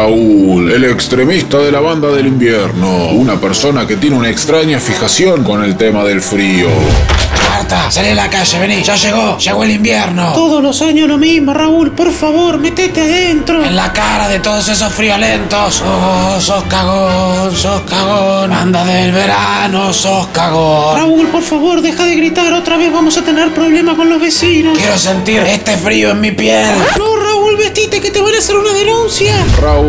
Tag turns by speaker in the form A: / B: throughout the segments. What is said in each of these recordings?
A: Raúl, el extremista de la banda del invierno. Una persona que tiene una extraña fijación con el tema del frío.
B: Marta, salí a la calle, vení, ya llegó, llegó el invierno.
C: Todos los años lo mismo, Raúl. Por favor, metete adentro.
B: En la cara de todos esos friolentos. Oh, sos cagón, sos cagón. Banda del verano, sos cagón.
C: Raúl, por favor, deja de gritar. Otra vez vamos a tener problemas con los vecinos.
B: Quiero sentir este frío en mi piel.
C: No, Raúl, vestite que te van a hacer una denuncia.
A: Raúl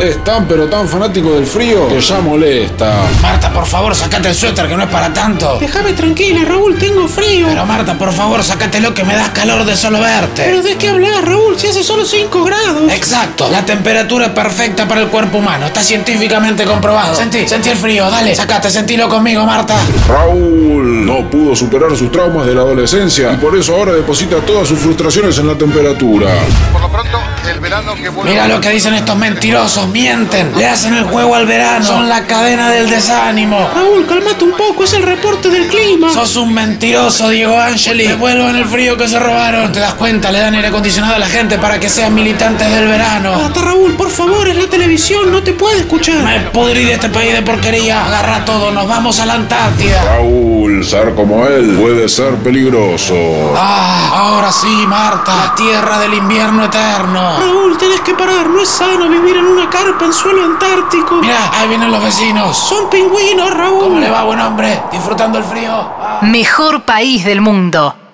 A: es tan pero tan fanático del frío que ya molesta.
B: Marta, por favor, sacate el suéter que no es para tanto.
C: Déjame tranquila, Raúl, tengo frío.
B: Pero Marta, por favor, sácatelo que me das calor de solo
C: Pero
B: verte.
C: de qué hablar, Raúl, si hace solo 5 grados.
B: Exacto, la temperatura perfecta para el cuerpo humano, está científicamente comprobado. Sentí, sentí el frío, dale, sacate, sentilo conmigo, Marta.
A: Raúl no pudo superar sus traumas de la adolescencia y por eso ahora deposita todas sus frustraciones en la temperatura.
D: Por lo pronto, el verano que vuelve.
B: Mira lo que dicen estos mentirosos, mienten, le hacen el juego al verano, son la cadena del desánimo.
C: Raúl, calmate un poco, es el reporte del clima.
B: Sos un mentiroso, Diego Angeli. Devuelvan el frío que se robaron. ¿Te das cuenta? Le dan aire acondicionado a la gente para que sean militantes del verano.
C: Hasta Raúl, por favor, es la televisión, no te puede escuchar.
B: Me pudrí de este país de porquería. Agarra todo, nos vamos a la Antártida.
A: Raúl, ser como él puede ser peligroso.
B: Ah, ahora sí, Marta. La tierra del invierno eterno.
C: Raúl, tenés que parar, no es sano vivir en una carpa en suelo antártico.
B: Mira, ahí vienen los vecinos.
C: Son pingüinos, Raúl.
B: ¿Cómo le va, buen hombre? Disfrutando el frío. Ah.
E: Mejor país del mundo.